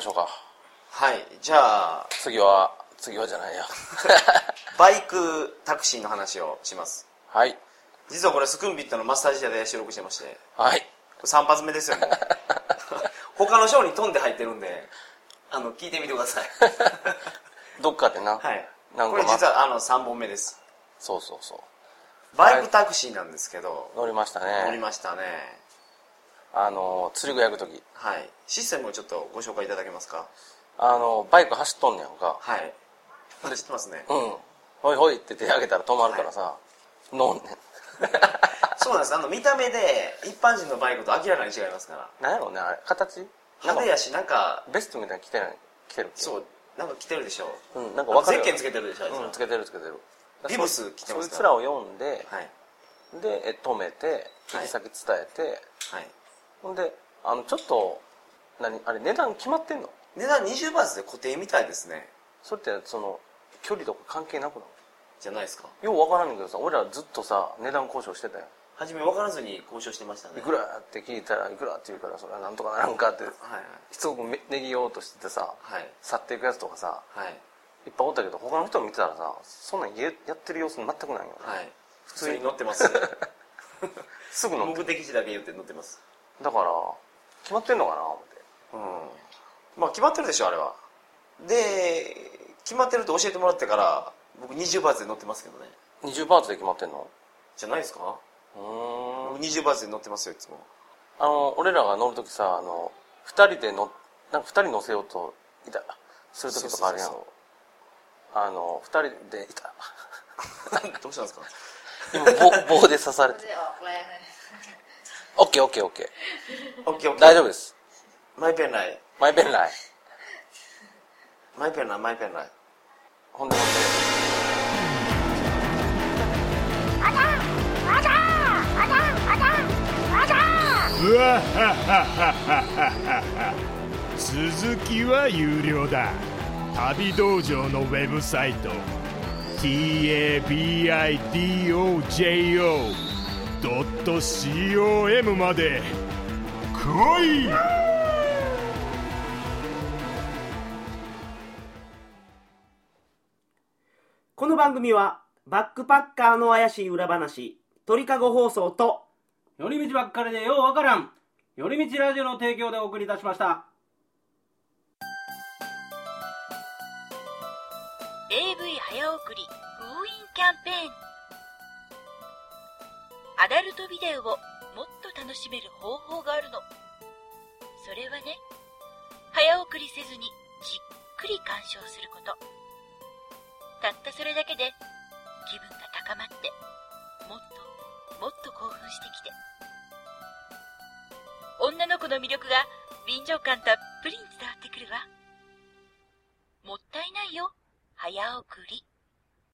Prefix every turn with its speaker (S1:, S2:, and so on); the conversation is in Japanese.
S1: しょうか
S2: はいじゃあ
S1: 次は次はじゃ ないや
S2: バイクタクシーの話をします
S1: はい
S2: 実はこれスクンビットのマッサージ屋で収録してまして
S1: はい
S2: これ3発目 ですよもう他の章に飛んで入ってるんであの聞いてみてください
S1: どっかでな、
S2: はい
S1: なん
S2: こ
S1: か
S2: れ
S1: ま
S2: 実はあの3本目です
S1: そうそうそう
S2: バイクタクシーなんですけど
S1: 乗りました
S2: 乗り
S1: ね
S2: ましたね
S1: あの釣り具焼く時
S2: はいシステムをちょっとご紹介いただけますか
S1: あのバイク走っとんねやんか
S2: はいそれ知ってますね
S1: うんほいほいって手上げたら止まるからさ、乗んねん
S2: そうなんですあの見た目で一般人のバイクと明らかに違いますから
S1: なんやろうねあれ形なん
S2: 派
S1: か
S2: 手やしなんか
S1: ベストみたいなの着てない着てるっけ
S2: そうなんか着てるでしょ
S1: う、ん、なんか分かる
S2: ゼッケン
S1: つ
S2: つけてるでしょあいつら
S1: うん、つけてるつけてる
S2: ビブス着てます
S1: そ
S2: か
S1: いつ
S2: ら
S1: らを読んで、
S2: はい
S1: でえ止めて行
S2: はい
S1: き先伝えて、
S2: はい
S1: ほんであのちょっと何あれ値段決まってんの
S2: 値段20バーツで固定みたいですね
S1: それってその距離とか関係なくなの
S2: じゃないですか
S1: ようわからんねんけどさ俺らずっとさ値段交渉してたよ
S2: 初め分からずに交渉してましたね
S1: いくらって聞いたらいくらって言うからそれはなんとかならんかって
S2: はい
S1: しつこくめねぎようとしててさ
S2: はい
S1: 去っていくやつとかさ
S2: はい
S1: いっぱいおったけど他の人見てたらさそんなんややってる様子全くないよ、
S2: はい普
S1: 通
S2: 通
S1: に
S2: に乗ってます
S1: すぐ乗って
S2: 目的地だけ言って乗ってます
S1: だから決まってんのかな思って
S2: うんまあ決まってるでしょあれはで決まってると教えてもらってから僕20バーツで乗ってますけどね
S1: 20バーツで決まってんの
S2: じゃないですか
S1: うーん
S2: 僕20バーツで乗ってますよいつも
S1: あの俺らが乗る時さあの2人で乗っなんか2人乗せようといたする時とかあるやん
S2: そうそう
S1: あの2人でいた
S2: どうしたんですか
S1: 今 棒棒で刺されて
S3: ではこれね
S1: OKOKOK
S2: オッケーオッケ
S1: 大
S2: ー
S1: 丈夫です
S2: マイペンライ
S1: マイペンライ
S2: マイペンライマイペンライ
S1: ほんでほんで
S4: うわははははは続きは有料だ旅道場のウェブサイト tabidojo.com まで来い
S5: この番組はバックパッカーの怪しい裏話鳥かご放送と
S6: 寄り道ばっかりでようわからん寄り道ラジオの提供でお送りいたしました。
S7: AV 早送り封印キャンペーンアダルトビデオをもっと楽しめる方法があるのそれはね早送りせずにじっくり鑑賞することたったそれだけで気分が高まってもっともっと興奮してきて女の子の魅力が臨場感たっぷりに伝わってくるわもったいないよ早送り。